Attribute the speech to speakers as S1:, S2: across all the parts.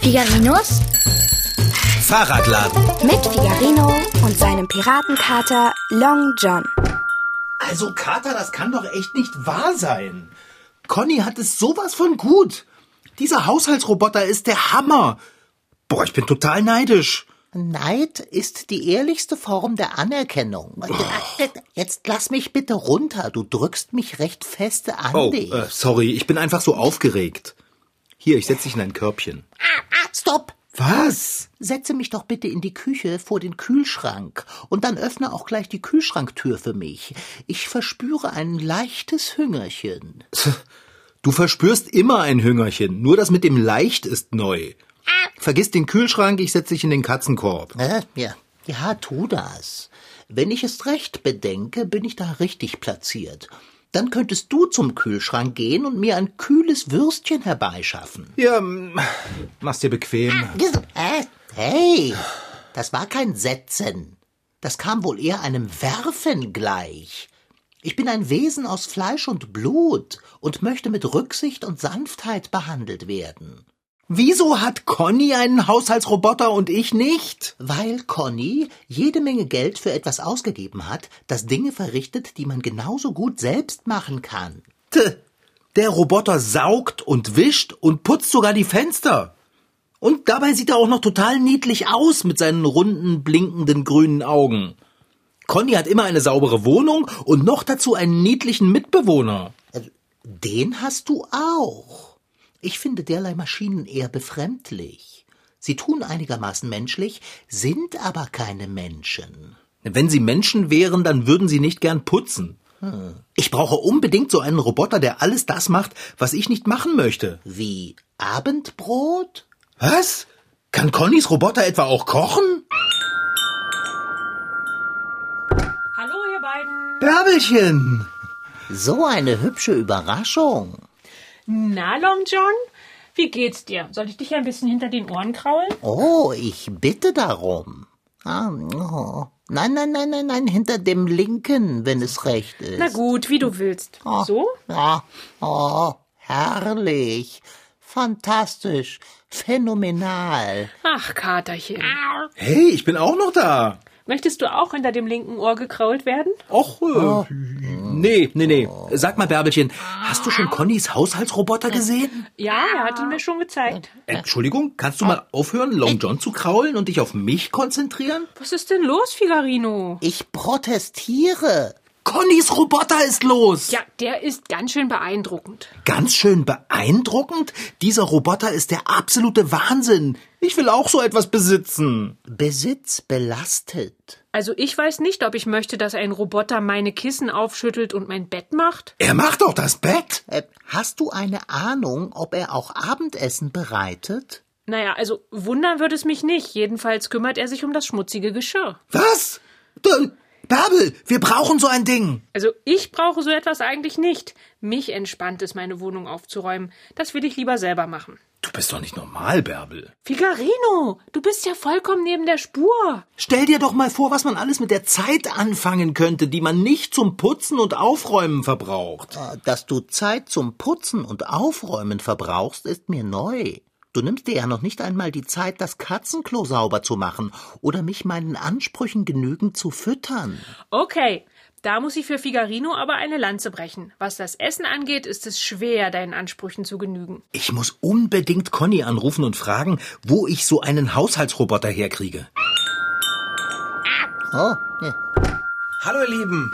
S1: Figarinos
S2: Fahrradladen.
S3: Mit Figarino und seinem Piratenkater Long John.
S4: Also, Kater, das kann doch echt nicht wahr sein. Conny hat es sowas von gut. Dieser Haushaltsroboter ist der Hammer. Boah, ich bin total neidisch.
S5: Neid ist die ehrlichste Form der Anerkennung.
S4: Oh.
S5: Jetzt lass mich bitte runter, du drückst mich recht fest an
S4: Oh,
S5: dich.
S4: äh, sorry, ich bin einfach so aufgeregt. Hier, ich setze dich in ein Körbchen.
S5: Ah, stopp!
S4: Was?
S5: Setze mich doch bitte in die Küche vor den Kühlschrank und dann öffne auch gleich die Kühlschranktür für mich. Ich verspüre ein leichtes Hüngerchen.
S4: Du verspürst immer ein Hüngerchen. Nur das mit dem Leicht ist neu. Vergiss den Kühlschrank, ich setze dich in den Katzenkorb.
S5: Äh, ja. ja, tu das. Wenn ich es recht bedenke, bin ich da richtig platziert. Dann könntest du zum Kühlschrank gehen und mir ein kühles Würstchen herbeischaffen.
S4: Ja, mm, mach's dir bequem.
S5: Äh, hey, das war kein Setzen. Das kam wohl eher einem Werfen gleich. Ich bin ein Wesen aus Fleisch und Blut und möchte mit Rücksicht und Sanftheit behandelt werden.
S4: Wieso hat Conny einen Haushaltsroboter und ich nicht?
S5: Weil Conny jede Menge Geld für etwas ausgegeben hat, das Dinge verrichtet, die man genauso gut selbst machen kann.
S4: Tö, Der Roboter saugt und wischt und putzt sogar die Fenster. Und dabei sieht er auch noch total niedlich aus mit seinen runden, blinkenden grünen Augen. Conny hat immer eine saubere Wohnung und noch dazu einen niedlichen Mitbewohner.
S5: Den hast du auch. Ich finde derlei Maschinen eher befremdlich. Sie tun einigermaßen menschlich, sind aber keine Menschen.
S4: Wenn sie Menschen wären, dann würden sie nicht gern putzen. Ich brauche unbedingt so einen Roboter, der alles das macht, was ich nicht machen möchte.
S5: Wie Abendbrot?
S4: Was? Kann Connys Roboter etwa auch kochen?
S6: Hallo ihr beiden.
S4: Bärbelchen!
S5: So eine hübsche Überraschung.
S6: Na, Long John, wie geht's dir? Soll ich dich ein bisschen hinter den Ohren kraulen?
S5: Oh, ich bitte darum. Ah, oh. Nein, nein, nein, nein, nein, hinter dem linken, wenn es recht ist.
S6: Na gut, wie du willst. So?
S5: Ah, oh, herrlich. Fantastisch. Phänomenal.
S6: Ach, Katerchen.
S4: Hey, ich bin auch noch da.
S6: Möchtest du auch hinter dem linken Ohr gekrault werden?
S4: Och, äh, nee, nee, nee. Sag mal, Bärbelchen, hast du schon Connys Haushaltsroboter gesehen? Äh,
S6: Ja, er hat ihn mir schon gezeigt.
S4: Entschuldigung, kannst du
S6: Oh.
S4: mal aufhören,
S6: Äh.
S4: Long John zu kraulen und dich auf mich konzentrieren?
S6: Was ist denn los, Figarino?
S5: Ich protestiere.
S4: Connys Roboter ist los!
S6: Ja, der ist ganz schön beeindruckend.
S4: Ganz schön beeindruckend. Dieser Roboter ist der absolute Wahnsinn. Ich will auch so etwas besitzen.
S5: Besitz belastet.
S6: Also ich weiß nicht, ob ich möchte, dass ein Roboter meine Kissen aufschüttelt und mein Bett macht.
S4: Er macht doch das Bett.
S5: Äh, hast du eine Ahnung, ob er auch Abendessen bereitet?
S6: Naja, also wundern würde es mich nicht. Jedenfalls kümmert er sich um das schmutzige Geschirr.
S4: Was? Da- Bärbel, wir brauchen so ein Ding.
S6: Also ich brauche so etwas eigentlich nicht. Mich entspannt es, meine Wohnung aufzuräumen. Das will ich lieber selber machen.
S4: Du bist doch nicht normal, Bärbel.
S6: Figarino, du bist ja vollkommen neben der Spur.
S4: Stell dir doch mal vor, was man alles mit der Zeit anfangen könnte, die man nicht zum Putzen und Aufräumen verbraucht.
S5: Äh, Dass du Zeit zum Putzen und Aufräumen verbrauchst, ist mir neu. Du nimmst dir ja noch nicht einmal die Zeit, das Katzenklo sauber zu machen oder mich meinen Ansprüchen genügend zu füttern.
S6: Okay, da muss ich für Figarino aber eine Lanze brechen. Was das Essen angeht, ist es schwer, deinen Ansprüchen zu genügen.
S4: Ich muss unbedingt Conny anrufen und fragen, wo ich so einen Haushaltsroboter herkriege.
S5: Oh, ja.
S2: Hallo ihr Lieben.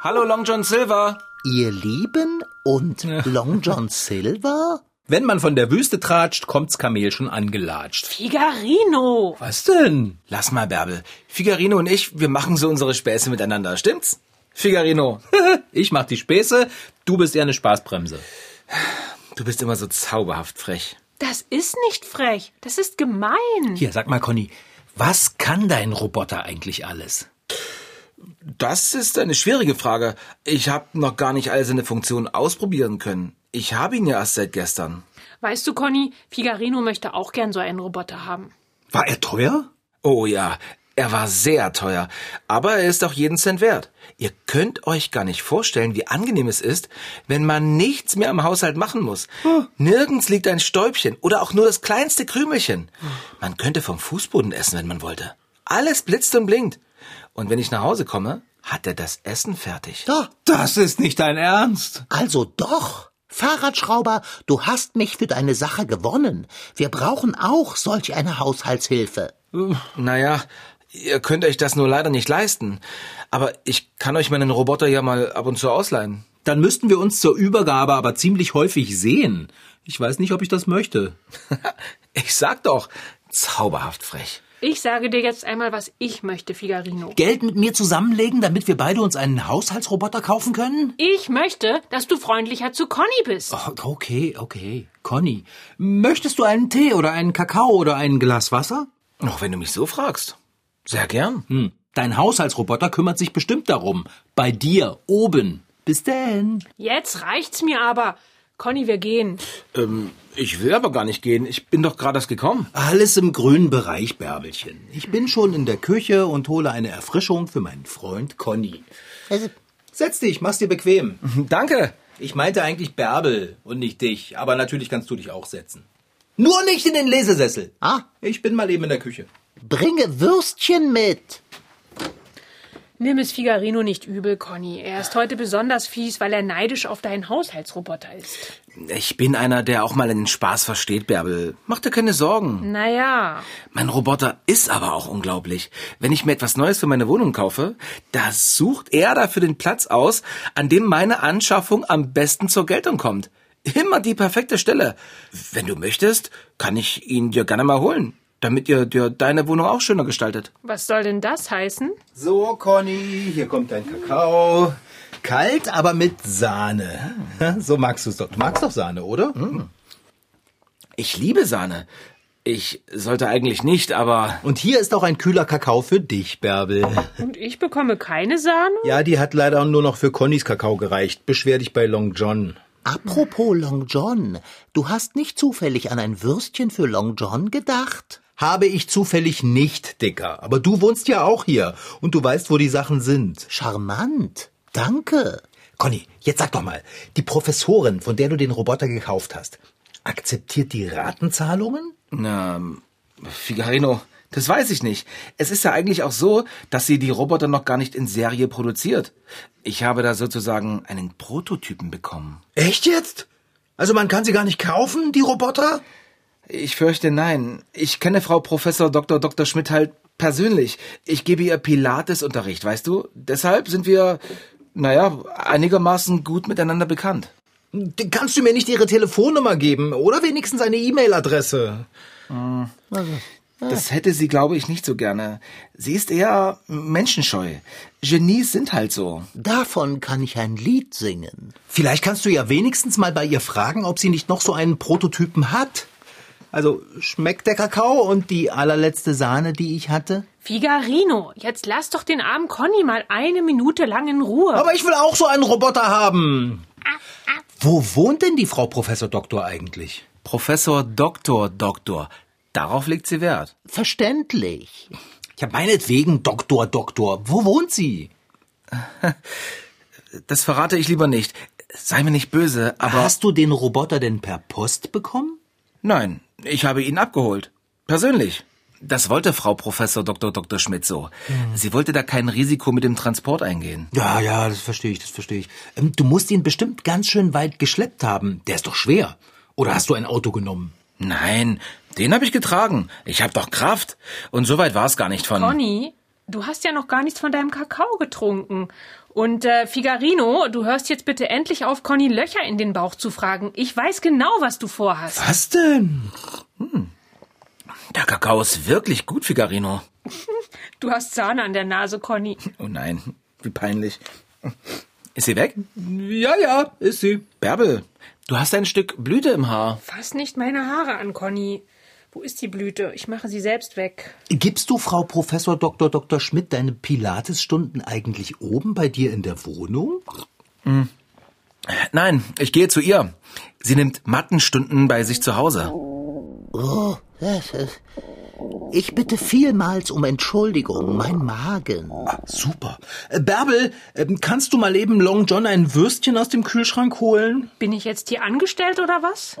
S2: Hallo Long John Silver.
S5: ihr Lieben und Long John Silver?
S4: Wenn man von der Wüste tratscht, kommt's Kamel schon angelatscht.
S6: Figarino!
S4: Was denn?
S2: Lass mal, Bärbel. Figarino und ich, wir machen so unsere Späße miteinander, stimmt's? Figarino,
S4: Ich mach die Späße, du bist eher eine Spaßbremse.
S2: du bist immer so zauberhaft frech.
S6: Das ist nicht frech. Das ist gemein.
S4: Hier, sag mal, Conny, was kann dein Roboter eigentlich alles?
S2: Das ist eine schwierige Frage. Ich habe noch gar nicht alle seine Funktionen ausprobieren können. Ich habe ihn ja erst seit gestern.
S6: Weißt du, Conny, Figarino möchte auch gern so einen Roboter haben.
S4: War er teuer?
S2: Oh ja, Er war sehr teuer, aber er ist auch jeden Cent wert. Ihr könnt euch gar nicht vorstellen, wie angenehm es ist, wenn man nichts mehr im Haushalt machen muss. Nirgends liegt ein Stäubchen oder auch nur das kleinste Krümelchen. Man könnte vom Fußboden essen, wenn man wollte. Alles blitzt und blinkt. Und wenn ich nach Hause komme, hat er das Essen fertig.
S5: Da,
S4: Das ist nicht dein Ernst.
S5: also doch. Fahrradschrauber, du hast mich für deine Sache gewonnen. Wir brauchen auch solch eine Haushaltshilfe.
S2: Naja, ihr könnt euch das nur leider nicht leisten. Aber ich kann euch meinen Roboter ja mal ab und zu ausleihen.
S4: Dann müssten wir uns zur Übergabe aber ziemlich häufig sehen. Ich weiß nicht, ob ich das möchte.
S2: Ich sag doch, zauberhaft frech.
S6: Ich sage dir jetzt einmal, was ich möchte, Figarino.
S4: Geld mit mir zusammenlegen, damit wir beide uns einen Haushaltsroboter kaufen können?
S6: Ich möchte, dass du freundlicher zu Conny bist.
S4: Oh, Okay, okay. Conny, möchtest du einen Tee oder einen Kakao oder ein Glas Wasser?
S2: Noch wenn du mich so fragst. Sehr gern.
S4: Hm, dein Haushaltsroboter kümmert sich bestimmt darum. Bei dir, oben. Bis denn.
S6: Jetzt reicht's mir aber. Conny, wir gehen.
S2: Ähm, ich will aber gar nicht gehen. Ich bin doch gerade erst gekommen.
S4: Alles im grünen Bereich, Bärbelchen. Ich bin schon in der Küche und hole eine Erfrischung für meinen Freund Conny.
S5: Also,
S4: Setz dich, mach's dir bequem.
S2: Danke.
S4: Ich meinte eigentlich Bärbel und nicht dich, aber natürlich kannst du dich auch setzen. Nur nicht in den Lesesessel.
S5: Ah.
S4: Ich bin mal eben in der Küche.
S5: bringe Würstchen mit.
S6: Nimm es Figarino nicht übel, Conny. Er ist heute besonders fies, weil er neidisch auf deinen Haushaltsroboter ist.
S2: Ich bin einer, der auch mal einen Spaß versteht, Bärbel. Mach dir keine Sorgen.
S6: Naja,
S2: Mein Roboter ist aber auch unglaublich. Wenn ich mir etwas Neues für meine Wohnung kaufe, da sucht er dafür den Platz aus, an dem meine Anschaffung am besten zur Geltung kommt. Immer die perfekte Stelle. Wenn du möchtest, kann ich ihn dir gerne mal holen, damit ihr dir deine Wohnung auch schöner gestaltet.
S6: was soll denn das heißen?
S4: So, Conny, hier kommt dein Kakao. Kalt, aber mit Sahne. So magst du es doch. Du magst doch Sahne, oder?
S5: Hm?
S2: Ich liebe Sahne. Ich sollte eigentlich nicht, aber
S4: Und hier ist auch ein kühler Kakao für dich, Bärbel.
S6: Und ich bekomme keine Sahne?
S4: Ja, die hat leider nur noch für Connys Kakao gereicht. Beschwer dich bei Long John.
S5: Apropos Long John, du hast nicht zufällig an ein Würstchen für Long John gedacht?
S4: Habe ich zufällig nicht, Dicker. Aber du wohnst ja auch hier. Und du weißt, wo die Sachen sind.
S5: Charmant. Danke.
S4: Conny, jetzt sag doch mal, die Professorin, von der du den Roboter gekauft hast, akzeptiert die Ratenzahlungen?
S2: Na, Figarino, das weiß ich nicht. Es ist ja eigentlich auch so, dass sie die Roboter noch gar nicht in Serie produziert. Ich habe da sozusagen einen Prototypen bekommen.
S4: Echt jetzt? Also man kann sie gar nicht kaufen, die Roboter?
S2: Ich fürchte nein. Ich kenne Frau Professor Dr. Dr. Schmidt halt persönlich. Ich gebe ihr Pilates-Unterricht, weißt du? Deshalb sind wir, naja, einigermaßen gut miteinander bekannt.
S4: D- Kannst du mir nicht ihre Telefonnummer geben oder wenigstens eine E-Mail-Adresse?
S2: Das hätte sie, glaube ich, nicht so gerne. Sie ist eher menschenscheu. Genies sind halt so.
S5: Davon kann ich ein Lied singen.
S4: Vielleicht kannst du ja wenigstens mal bei ihr fragen, ob sie nicht noch so einen Prototypen hat. Also schmeckt der Kakao und die allerletzte Sahne, die ich hatte?
S6: Figarino, jetzt lass doch den armen Conny mal eine Minute lang in Ruhe.
S4: Aber ich will auch so einen Roboter haben. Wo wohnt denn die Frau Professor Doktor eigentlich?
S2: Professor Doktor Doktor. Darauf legt sie Wert.
S5: Verständlich.
S4: Ja, meinetwegen, Doktor, Doktor. Wo wohnt sie?
S2: Das verrate ich lieber nicht. Sei mir nicht böse, aber.
S4: Hast du den Roboter denn per Post bekommen?
S2: Nein, ich habe ihn abgeholt. Persönlich. Das wollte Frau Professor Dr. Dr. Schmidt so. Sie wollte da kein Risiko mit dem Transport eingehen.
S4: Ja, ja, das verstehe ich, das verstehe ich. Ähm, Du musst ihn bestimmt ganz schön weit geschleppt haben. Der ist doch schwer. Oder hast du ein Auto genommen?
S2: Nein, den habe ich getragen. Ich habe doch Kraft. Und so weit war es gar nicht von.
S6: Conny, du hast ja noch gar nichts von deinem Kakao getrunken. Und äh, Figarino, du hörst jetzt bitte endlich auf, Conny Löcher in den Bauch zu fragen. Ich weiß genau, was du vorhast.
S4: Was denn?
S2: Hm. Der Kakao ist wirklich gut, Figarino.
S6: Du hast Sahne an der Nase, Conny.
S2: Oh nein, wie peinlich. Ist sie weg?
S4: Ja, ja, ist sie.
S2: Bärbel, du hast ein Stück Blüte im Haar.
S6: Fass nicht meine Haare an, Conny. Wo ist die Blüte? Ich mache sie selbst weg.
S4: Gibst du Frau Professor Dr. Dr. Schmidt deine Pilatesstunden eigentlich oben bei dir in der Wohnung?
S2: Äh, Nein, ich gehe zu ihr. Sie nimmt Mattenstunden bei sich zu Hause.
S5: Oh, das ist- Ich bitte vielmals um Entschuldigung, mein Magen.
S4: Super. Äh, Bärbel, ähm, kannst du mal eben Long John ein Würstchen aus dem Kühlschrank holen?
S6: Bin ich jetzt hier angestellt oder was?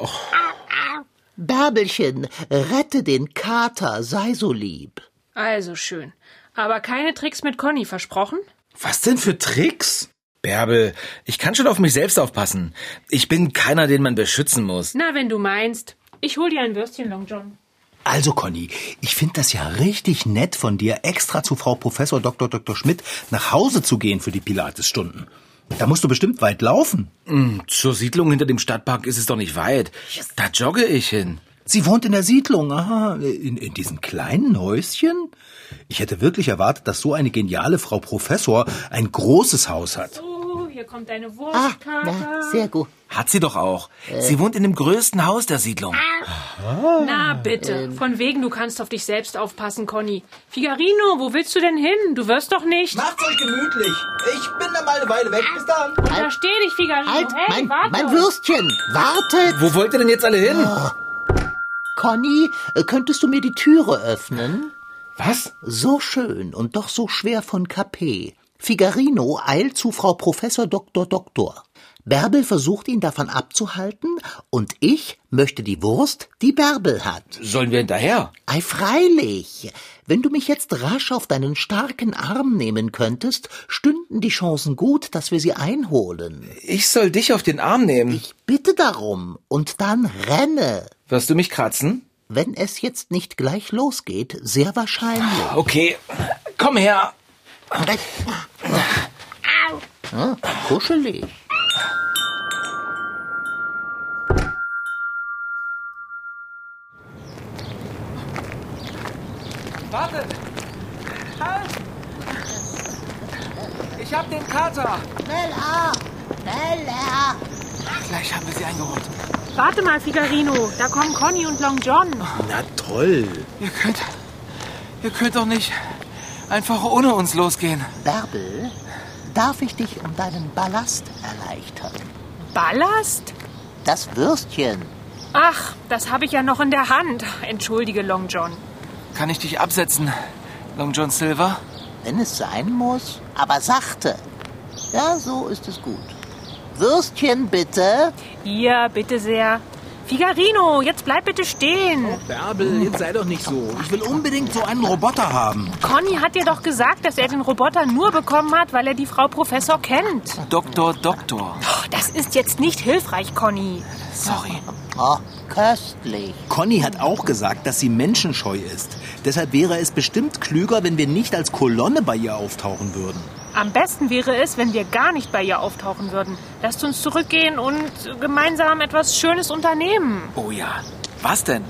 S5: Bärbelchen, rette den Kater, sei so lieb.
S6: Also schön. Aber keine Tricks mit Conny, versprochen?
S2: Was denn für Tricks? Bärbel, ich kann schon auf mich selbst aufpassen. Ich bin keiner, den man beschützen muss.
S6: Na, wenn du meinst. Ich hol dir ein Würstchen, Long John.
S4: Also, Conny, ich finde das ja richtig nett von dir, extra zu Frau Professor Dr. Dr. Schmidt nach Hause zu gehen für die Pilatesstunden. Da musst du bestimmt weit laufen.
S2: Zur Siedlung hinter dem Stadtpark ist es doch nicht weit. Da jogge ich hin.
S4: Sie wohnt in der Siedlung, aha, in, in diesem kleinen Häuschen? Ich hätte wirklich erwartet, dass so eine geniale Frau Professor ein großes Haus hat.
S6: Oh, hier kommt deine
S5: Ah,
S6: Wurst, Kater.
S5: na, sehr gut.
S2: Hat sie doch auch. Sie wohnt in dem größten Haus der Siedlung.
S6: Na bitte, von wegen, du kannst auf dich selbst aufpassen, Conny. Figarino, wo willst du denn hin? Du wirst doch nicht.
S4: Macht's euch gemütlich. Ich bin da mal eine Weile weg. Bis dann.
S6: Untersteh dich, Figarino.
S5: Halt,
S6: hey,
S5: mein,
S6: warte.
S5: mein Würstchen, wartet.
S2: Wo wollt ihr denn jetzt alle hin?
S5: Conny, äh, könntest du mir die Türe öffnen?
S2: Was?
S5: So schön und doch so schwer von Capet. Figarino eilt zu Frau Professor Dr. Doktor. Bärbel versucht ihn davon abzuhalten und ich möchte die Wurst, die Bärbel hat.
S2: Sollen wir hinterher?
S5: Ei, freilich. Wenn du mich jetzt rasch auf deinen starken Arm nehmen könntest, stünden die Chancen gut, dass wir sie einholen.
S2: Ich soll dich auf den Arm nehmen.
S5: Ich bitte darum und dann renne.
S2: Wirst du mich kratzen?
S5: Wenn es jetzt nicht gleich losgeht, sehr wahrscheinlich.
S2: Okay. Komm her.
S5: Ah, kuschelig.
S2: Warte. Halt. Ich hab den Kater.
S5: Schneller! Schneller!
S2: Gleich haben wir sie eingeholt.
S6: Warte mal, Figarino. Da kommen Conny und Long John.
S4: Na toll.
S2: Ihr könnt. Ihr könnt doch nicht einfach ohne uns losgehen.
S5: Bärbel, darf ich dich um deinen Ballast erleichtern?
S6: Ballast?
S5: Das Würstchen.
S6: Ach, das habe ich ja noch in der Hand. Entschuldige, Long John.
S2: Kann ich dich absetzen, Long John Silver?
S5: Wenn es sein muss, aber sachte. Ja, so ist es gut. Würstchen bitte.
S6: Hier, bitte sehr. Figarino, jetzt bleib bitte stehen.
S2: Hm.
S4: Bärbel, jetzt sei doch nicht so. Ich will unbedingt so einen Roboter haben.
S6: Conny hat dir doch gesagt, dass er den Roboter nur bekommen hat, weil er die Frau Professor kennt.
S2: Doktor, Doktor.
S6: Oh, das ist jetzt nicht hilfreich, Conny.
S2: Sorry.
S5: Oh, köstlich.
S4: Conny hat auch gesagt, dass sie menschenscheu ist. Deshalb wäre es bestimmt klüger, wenn wir nicht als Kolonne bei ihr auftauchen würden.
S6: Am besten wäre es, wenn wir gar nicht bei ihr auftauchen würden. Lasst uns zurückgehen und gemeinsam etwas Schönes unternehmen.
S2: Oh ja. Was denn?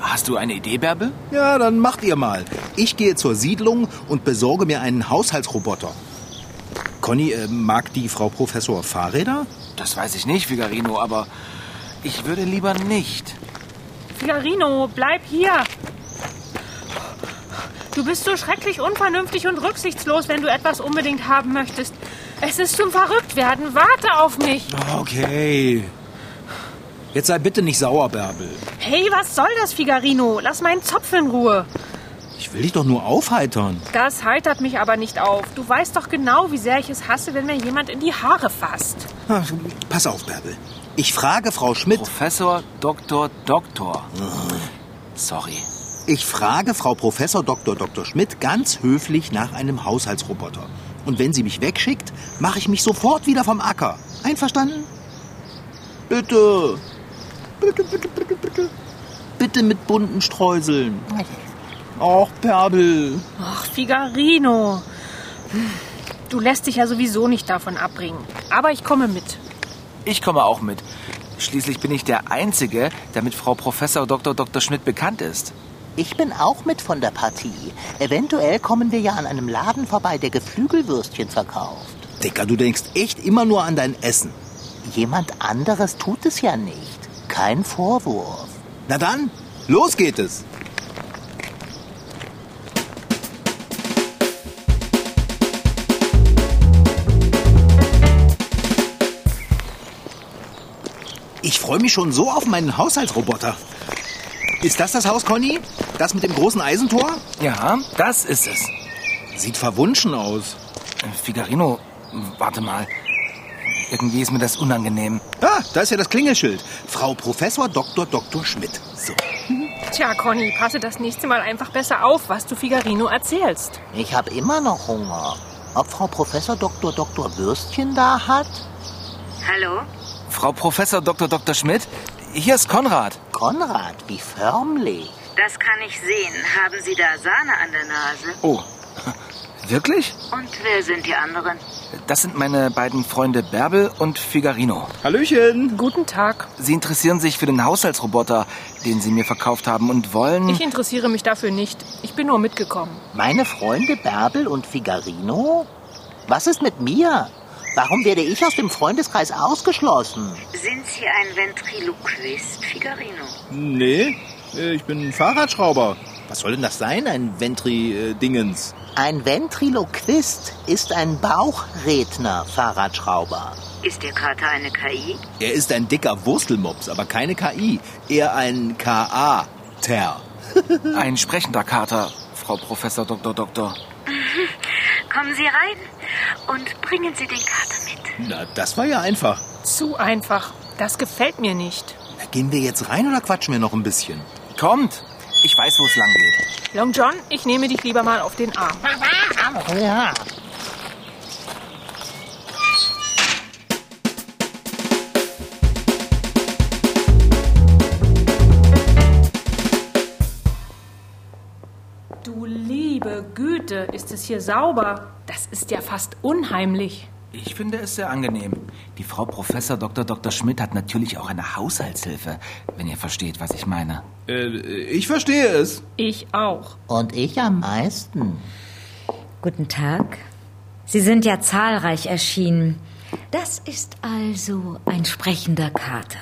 S2: Hast du eine Idee, Bärbel?
S4: Ja, dann macht ihr mal. Ich gehe zur Siedlung und besorge mir einen Haushaltsroboter. Conny, äh, mag die Frau Professor Fahrräder?
S2: Das weiß ich nicht, Figarino, aber ich würde lieber nicht.
S6: Figarino, bleib hier. Du bist so schrecklich unvernünftig und rücksichtslos, wenn du etwas unbedingt haben möchtest. Es ist zum Verrücktwerden. Warte auf mich.
S4: Okay. Jetzt sei bitte nicht sauer, Bärbel.
S6: Hey, was soll das, Figarino? Lass meinen Zopf in Ruhe.
S4: Ich will dich doch nur aufheitern.
S6: Das heitert mich aber nicht auf. Du weißt doch genau, wie sehr ich es hasse, wenn mir jemand in die Haare fasst.
S4: Ach, pass auf, Bärbel. Ich frage Frau Schmidt.
S2: Professor, Doktor, Doktor.
S4: Hm.
S2: Sorry.
S4: Ich frage Frau Professor Dr. Dr. Schmidt ganz höflich nach einem Haushaltsroboter. Und wenn sie mich wegschickt, mache ich mich sofort wieder vom Acker. Einverstanden? Bitte. Bitte, bitte, bitte, bitte. Bitte mit bunten Streuseln. Auch Bärbel.
S6: Ach, Figarino. Hm, Du lässt dich ja sowieso nicht davon abbringen. Aber ich komme mit.
S2: Ich komme auch mit. Schließlich bin ich der Einzige, der mit Frau Professor Dr. Dr. Schmidt bekannt ist.
S5: Ich bin auch mit von der Partie. Eventuell kommen wir ja an einem Laden vorbei, der Geflügelwürstchen verkauft.
S4: Dicker, du denkst echt immer nur an dein Essen.
S5: Jemand anderes tut es ja nicht. Kein Vorwurf.
S4: Na dann, los geht es. Ich freue mich schon so auf meinen Haushaltsroboter. Ist das das Haus, Conny? Das mit dem großen Eisentor?
S2: Ja, das ist es.
S4: Sieht verwunschen aus.
S2: Äh, Figarino, warte mal. Irgendwie ist mir das unangenehm.
S4: Ah, da ist ja das Klingelschild. Frau Professor Dr. Dr. Schmidt. So.
S6: Tja, Conny, passe das nächste Mal einfach besser auf, was du Figarino erzählst.
S5: Ich habe immer noch Hunger. Ob Frau Professor Dr. Dr. Würstchen da hat?
S1: Hallo?
S2: Frau Professor Dr. Dr. Schmidt, hier ist Konrad.
S5: Konrad, wie förmlich.
S1: Das kann ich sehen. Haben Sie da Sahne an der Nase?
S2: Oh, wirklich?
S1: Und wer sind die anderen?
S2: Das sind meine beiden Freunde Bärbel und Figarino.
S4: Hallöchen.
S6: Guten Tag.
S2: Sie interessieren sich für den Haushaltsroboter, den Sie mir verkauft haben und wollen...
S6: Ich interessiere mich dafür nicht. Ich bin nur mitgekommen.
S5: Meine Freunde Bärbel und Figarino? Was ist mit mir? Warum werde ich aus dem Freundeskreis ausgeschlossen?
S1: Sind Sie ein Ventriloquist, Figarino?
S4: Nee, äh, ich bin Fahrradschrauber. Was soll denn das sein, ein äh, Ventri-Dingens?
S5: Ein Ventriloquist ist ein Bauchredner, Fahrradschrauber.
S1: Ist der Kater eine KI?
S4: er ist ein dicker Wurstelmops, aber keine KI. Eher ein K.A.-Ter.
S2: Ein sprechender Kater, Frau Professor Dr. Dr.
S1: Kommen Sie rein und bringen Sie den Kater mit.
S4: Na, das war ja einfach.
S6: Zu einfach. Das gefällt mir nicht.
S4: Na, gehen wir jetzt rein oder quatschen wir noch ein bisschen?
S2: Kommt, ich weiß, wo es lang geht.
S6: Long John, ich nehme dich lieber mal auf den Arm.
S5: Ja.
S6: Du liebe Güte, ist es hier sauber? Das ist ja fast unheimlich.
S2: Ich finde es sehr angenehm. Die Frau Professor Dr. Dr. Schmidt hat natürlich auch eine Haushaltshilfe, wenn ihr versteht, was ich meine.
S4: ich verstehe es.
S6: Ich auch.
S5: Und ich am meisten.
S1: Guten Tag.
S7: Sie sind ja zahlreich erschienen. Das ist also ein sprechender Kater.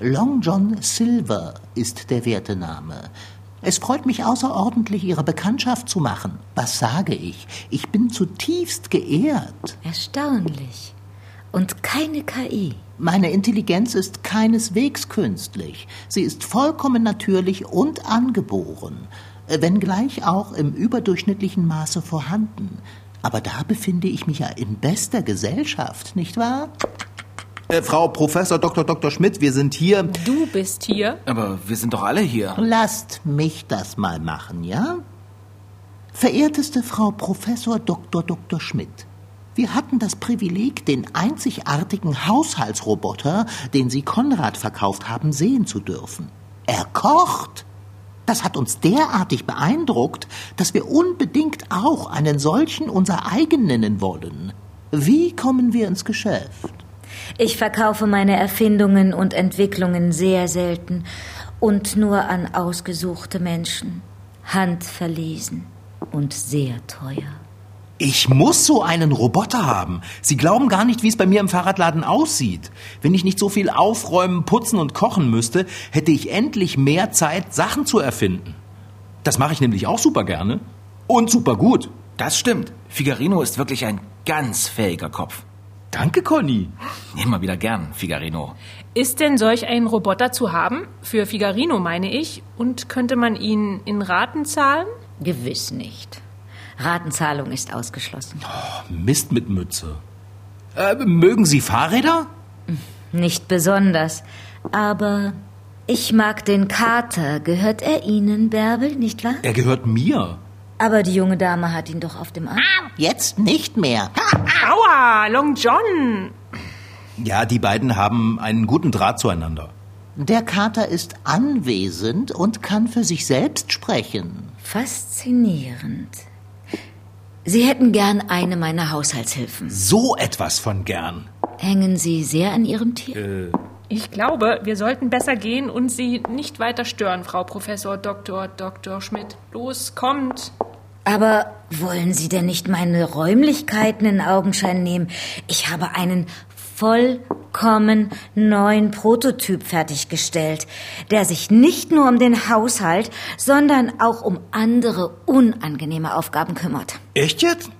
S5: Long John Silver ist der werte Name. Es freut mich außerordentlich, Ihre Bekanntschaft zu machen. Was sage ich? Ich bin zutiefst geehrt.
S7: Erstaunlich. Und keine KI.
S5: Meine Intelligenz ist keineswegs künstlich. Sie ist vollkommen natürlich und angeboren, äh, wenngleich auch im überdurchschnittlichen Maße vorhanden. Aber da befinde ich mich ja in bester Gesellschaft, nicht wahr?
S4: Äh, Frau Professor Dr. Dr. Schmidt, wir sind hier.
S6: Du bist hier.
S2: Aber wir sind doch alle hier.
S5: Lasst mich das mal machen, ja? Verehrteste Frau Professor Dr. Dr. Schmidt, wir hatten das Privileg, den einzigartigen Haushaltsroboter, den Sie Konrad verkauft haben, sehen zu dürfen. Er kocht! Das hat uns derartig beeindruckt, dass wir unbedingt auch einen solchen unser eigen nennen wollen. Wie kommen wir ins Geschäft?
S7: Ich verkaufe meine Erfindungen und Entwicklungen sehr selten und nur an ausgesuchte Menschen. Handverlesen und sehr teuer.
S4: Ich muss so einen Roboter haben. Sie glauben gar nicht, wie es bei mir im Fahrradladen aussieht. Wenn ich nicht so viel aufräumen, putzen und kochen müsste, hätte ich endlich mehr Zeit, Sachen zu erfinden. Das mache ich nämlich auch super gerne. Und super gut.
S2: Das stimmt. Figarino ist wirklich ein ganz fähiger Kopf.
S4: Danke, Conny.
S2: Immer wieder gern, Figarino.
S6: Ist denn solch ein Roboter zu haben? Für Figarino meine ich. Und könnte man ihn in Raten zahlen?
S7: Gewiss nicht. Ratenzahlung ist ausgeschlossen.
S4: Mist mit Mütze. Äh, mögen Sie Fahrräder?
S7: Nicht besonders. Aber ich mag den Kater. Gehört er Ihnen, Bärbel, nicht wahr?
S4: Er gehört mir.
S7: Aber die junge Dame hat ihn doch auf dem Arm.
S5: Jetzt nicht mehr.
S6: Aua, Long John.
S4: Ja, die beiden haben einen guten Draht zueinander.
S5: Der Kater ist anwesend und kann für sich selbst sprechen.
S7: Faszinierend. Sie hätten gern eine meiner Haushaltshilfen.
S4: So etwas von gern.
S7: Hängen Sie sehr an Ihrem Tier?
S6: Ich glaube, wir sollten besser gehen und Sie nicht weiter stören, Frau Professor Dr. Dr. Schmidt. Los, kommt.
S7: Aber wollen Sie denn nicht meine Räumlichkeiten in Augenschein nehmen? Ich habe einen vollkommen neuen Prototyp fertiggestellt, der sich nicht nur um den Haushalt, sondern auch um andere unangenehme Aufgaben kümmert.
S4: Echt jetzt?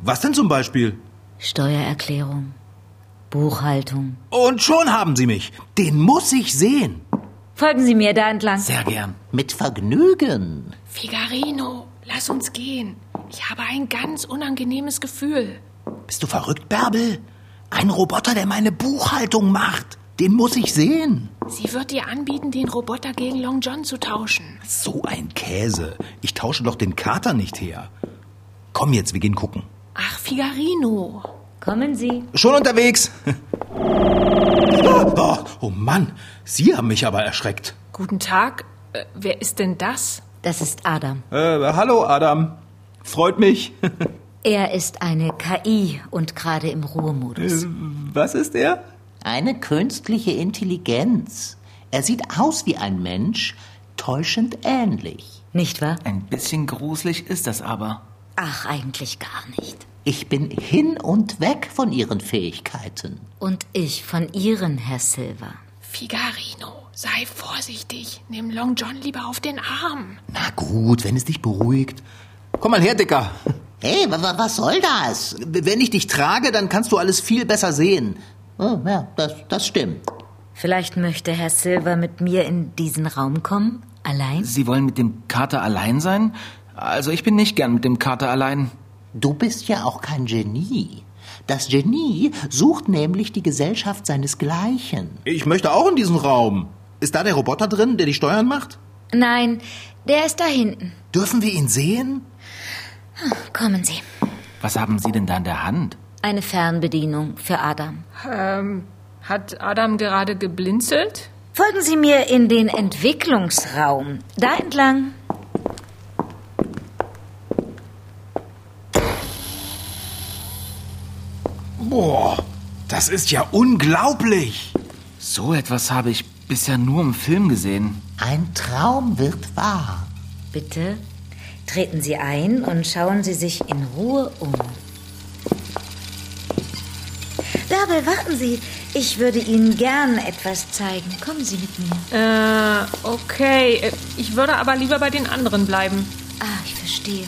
S4: Was denn zum Beispiel?
S7: Steuererklärung, Buchhaltung.
S4: Und schon haben Sie mich. Den muss ich sehen.
S7: Folgen Sie mir da entlang.
S4: Sehr gern.
S5: Mit Vergnügen.
S6: Figarino, lass uns gehen. Ich habe ein ganz unangenehmes Gefühl.
S5: Bist du verrückt, Bärbel? Ein Roboter, der meine Buchhaltung macht. Den muss ich sehen.
S6: Sie wird dir anbieten, den Roboter gegen Long John zu tauschen.
S4: So ein Käse. Ich tausche doch den Kater nicht her. Komm jetzt, wir gehen gucken.
S6: Ach, Figarino.
S7: Kommen Sie.
S4: Schon unterwegs. Oh, oh Mann, Sie haben mich aber erschreckt.
S6: Guten Tag. Äh, wer ist denn das?
S7: Das ist Adam.
S4: Äh, hallo Adam. Freut mich.
S7: Er ist eine KI und gerade im Ruhemodus.
S4: Was ist er?
S5: Eine künstliche Intelligenz. Er sieht aus wie ein Mensch, täuschend ähnlich.
S7: Nicht wahr?
S2: Ein bisschen gruselig ist das aber.
S7: Ach, eigentlich gar nicht.
S5: Ich bin hin und weg von ihren Fähigkeiten.
S7: Und ich von Ihren, Herr Silver.
S6: Figarino, sei vorsichtig. Nimm Long John lieber auf den Arm.
S5: Na gut, wenn es dich beruhigt.
S4: Komm mal her, Dicker.
S5: Hey, wa- wa- was soll das?
S4: Wenn ich dich trage, dann kannst du alles viel besser sehen.
S5: Oh, ja, das, das stimmt.
S7: Vielleicht möchte Herr Silver mit mir in diesen Raum kommen? Allein?
S2: Sie wollen mit dem Kater allein sein? Also ich bin nicht gern mit dem Kater allein.
S5: Du bist ja auch kein Genie. Das Genie sucht nämlich die Gesellschaft seinesgleichen.
S4: Ich möchte auch in diesen Raum. Ist da der Roboter drin, der die Steuern macht?
S7: Nein, der ist da hinten.
S4: Dürfen wir ihn sehen?
S7: Kommen Sie.
S2: Was haben Sie denn da in der Hand?
S7: Eine Fernbedienung für Adam.
S6: Ähm, hat Adam gerade geblinzelt?
S7: Folgen Sie mir in den Entwicklungsraum. Da entlang.
S4: Boah, das ist ja unglaublich.
S2: So etwas habe ich bisher nur im Film gesehen.
S5: Ein Traum wird wahr.
S7: Bitte treten Sie ein und schauen Sie sich in Ruhe um. Bärbel, warten Sie. Ich würde Ihnen gern etwas zeigen. Kommen Sie mit mir.
S6: Äh, okay. Äh, Ich würde aber lieber bei den anderen bleiben.
S7: Ah, ich verstehe.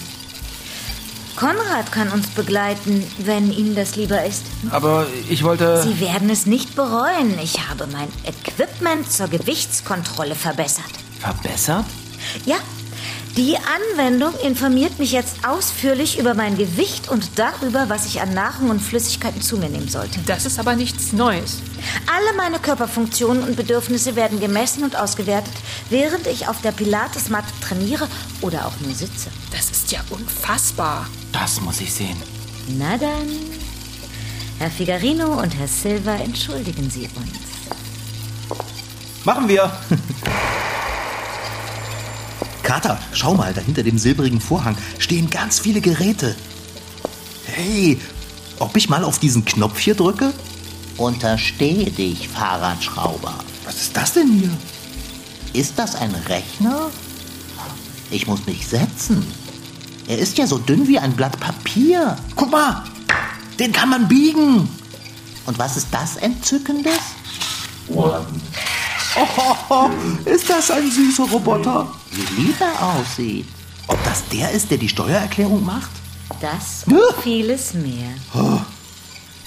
S7: Konrad kann uns begleiten, wenn Ihnen das lieber ist.
S2: Aber ich wollte...
S7: Sie werden es nicht bereuen. Ich habe mein Equipment zur Gewichtskontrolle verbessert.
S2: Verbessert?
S7: Ja, die Anwendung informiert mich jetzt ausführlich über mein Gewicht und darüber, was ich an Nahrung und Flüssigkeiten zu mir nehmen sollte.
S6: Das ist aber nichts Neues.
S7: Alle meine Körperfunktionen und Bedürfnisse werden gemessen und ausgewertet, während ich auf der Pilatesmatte trainiere oder auch nur sitze.
S6: Das ist ja unfassbar.
S2: Das muss ich sehen.
S7: Na dann. Herr Figarino und Herr Silva, entschuldigen Sie uns.
S4: Machen wir. Kater, schau mal, da hinter dem silbrigen Vorhang stehen ganz viele Geräte. Hey, ob ich mal auf diesen Knopf hier drücke?
S5: Unterstehe dich, Fahrradschrauber.
S4: Was ist das denn hier?
S5: Ist das ein Rechner? Ich muss mich setzen. Er ist ja so dünn wie ein Blatt Papier.
S4: Guck mal, den kann man biegen.
S5: Und was ist das Entzückendes?
S4: Oh, ist das ein süßer Roboter?
S5: Wie lieb er aussieht.
S4: Ob das der ist, der die Steuererklärung macht?
S7: Das und vieles mehr.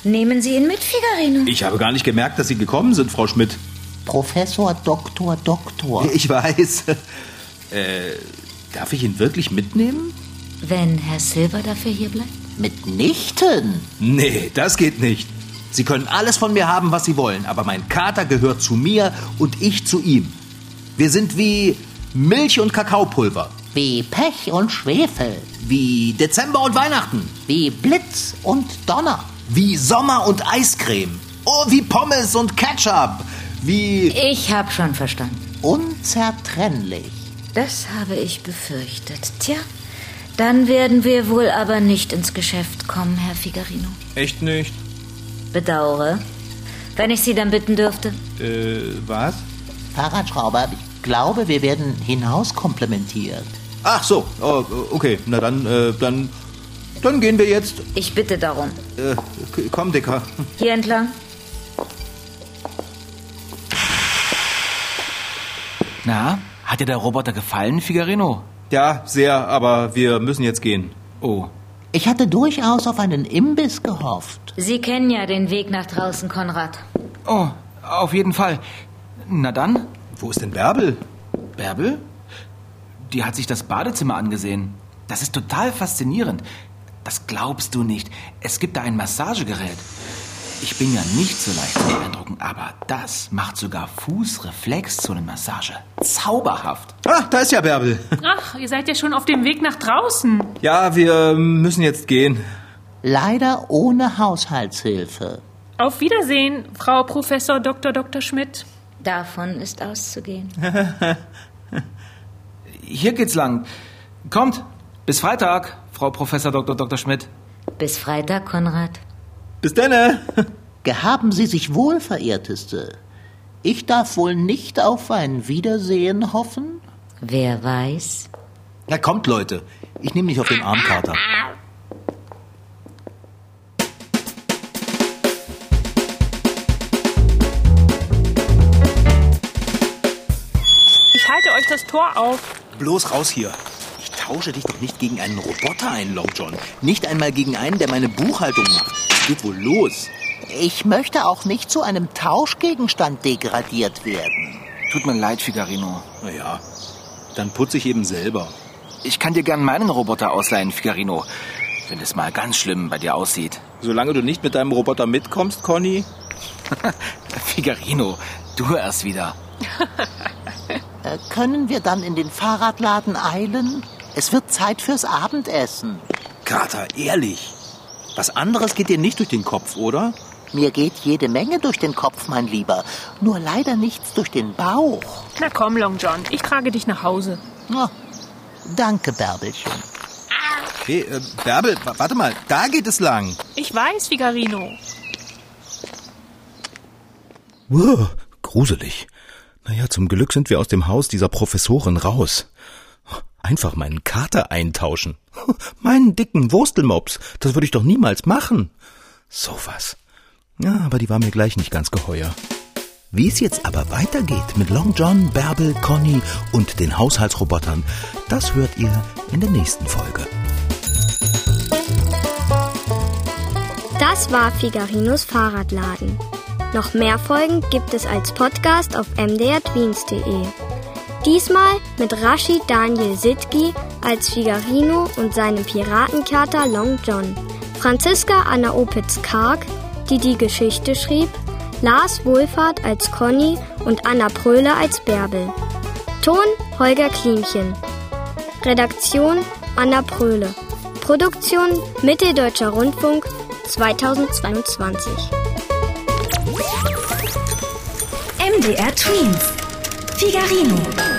S7: Nehmen Sie ihn mit, Figarino.
S4: Ich habe gar nicht gemerkt, dass Sie gekommen sind, Frau Schmidt.
S5: Professor, Doktor, Doktor.
S4: Ich weiß. Äh, darf ich ihn wirklich mitnehmen?
S7: Wenn Herr Silva dafür hier bleibt.
S5: Mitnichten.
S4: Nee, das geht nicht. Sie können alles von mir haben, was Sie wollen, aber mein Kater gehört zu mir und ich zu ihm. Wir sind wie Milch und Kakaopulver,
S5: Wie Pech und Schwefel.
S4: wie Dezember und Weihnachten,
S5: Wie Blitz und Donner.
S4: wie Sommer und Eiscreme, oh, wie Pommes und Ketchup, wie...
S7: Ich habe schon verstanden.
S5: Unzertrennlich.
S7: Das habe ich befürchtet. Tja, dann werden wir wohl aber nicht ins Geschäft kommen, Herr Figarino.
S4: Echt nicht?
S7: Bedauere. Wenn ich Sie dann bitten dürfte.
S4: Äh, was?
S5: Fahrradschrauber, ich glaube, wir werden hinauskomplementiert.
S4: Ach so, oh, okay, na dann, äh, dann, dann gehen wir jetzt.
S7: Ich bitte darum.
S4: Äh, k- komm, Dicker.
S7: Hier entlang.
S2: Na, hat dir der Roboter gefallen, Figarino?
S4: Ja, sehr, aber wir müssen jetzt gehen.
S2: Oh,
S5: Ich hatte durchaus auf einen Imbiss gehofft.
S7: Sie kennen ja den Weg nach draußen, Konrad.
S2: oh, auf jeden Fall. Na dann? Wo ist denn Bärbel? Bärbel? Die hat sich das Badezimmer angesehen. Das ist total faszinierend. Das glaubst du nicht. Es gibt da ein Massagegerät. Ich bin ja nicht so leicht zu beeindrucken, aber das macht sogar Fußreflexzonenmassage. Zauberhaft.
S4: Ah, da ist ja Bärbel.
S6: Ach, ihr seid ja schon auf dem Weg nach draußen.
S4: Ja, wir müssen jetzt gehen.
S5: Leider ohne Haushaltshilfe.
S6: Auf Wiedersehen, Frau Professor Dr. Dr. Schmidt.
S7: Davon ist auszugehen.
S2: Hier geht's lang. Kommt, bis Freitag, Frau Professor Dr. Dr. Schmidt.
S7: Bis Freitag, Konrad.
S4: Bis denne.
S5: Gehaben Sie sich wohl, Verehrteste. Ich darf wohl nicht auf ein Wiedersehen hoffen?
S7: Wer weiß?
S4: Na kommt, Leute. Ich nehme dich auf den Arm, Kater.
S6: Ich halte euch das Tor auf.
S4: Bloß raus hier. Ich tausche dich doch nicht gegen einen Roboter ein, Long John. Nicht einmal gegen einen, der meine Buchhaltung macht. Es geht wohl los.
S5: Ich möchte auch nicht zu einem Tauschgegenstand degradiert werden.
S2: Tut mir leid, Figarino.
S4: Naja, dann putze ich eben selber.
S2: Ich kann dir gern meinen Roboter ausleihen, Figarino. Wenn es mal ganz schlimm bei dir aussieht.
S4: Solange du nicht mit deinem Roboter mitkommst, Conny.
S2: Figarino, du erst wieder.
S5: Äh, können wir dann in den Fahrradladen eilen? Es wird Zeit fürs Abendessen.
S4: Kater, ehrlich. Was anderes geht dir nicht durch den Kopf, oder?
S5: Mir geht jede Menge durch den Kopf, mein Lieber. Nur leider nichts durch den Bauch.
S6: Na komm, Long John, ich trage dich nach Hause.
S5: Na, danke, Bärbelchen.
S4: Okay, äh, Bärbel, wa- warte mal. Da geht es lang.
S6: Ich weiß, Figarino.
S8: Wuh, gruselig. Naja, zum Glück sind wir aus dem Haus dieser Professorin raus. Einfach meinen Kater eintauschen. Meinen dicken Wurstelmops. Das würde ich doch niemals machen. Sowas. Ja, aber die war mir gleich nicht ganz geheuer. Wie es jetzt aber weitergeht mit Long John, Bärbel, Conny und den Haushaltsrobotern, das hört ihr in der nächsten Folge.
S9: Das war Figarinos Fahrradladen. Noch mehr Folgen gibt es als Podcast auf mdrtweens.de. Diesmal mit Rashid Daniel Sitki als Figarino und seinem Piratenkater Long John. Franziska Anna Opitz-Karg, die die Geschichte schrieb, Lars Wohlfahrt als Conny und Anna Pröhle als Bärbel. Ton Holger Klimchen. Redaktion Anna Pröhle. Produktion Mitteldeutscher Rundfunk 2022.
S7: MDR Tweens. Figarino.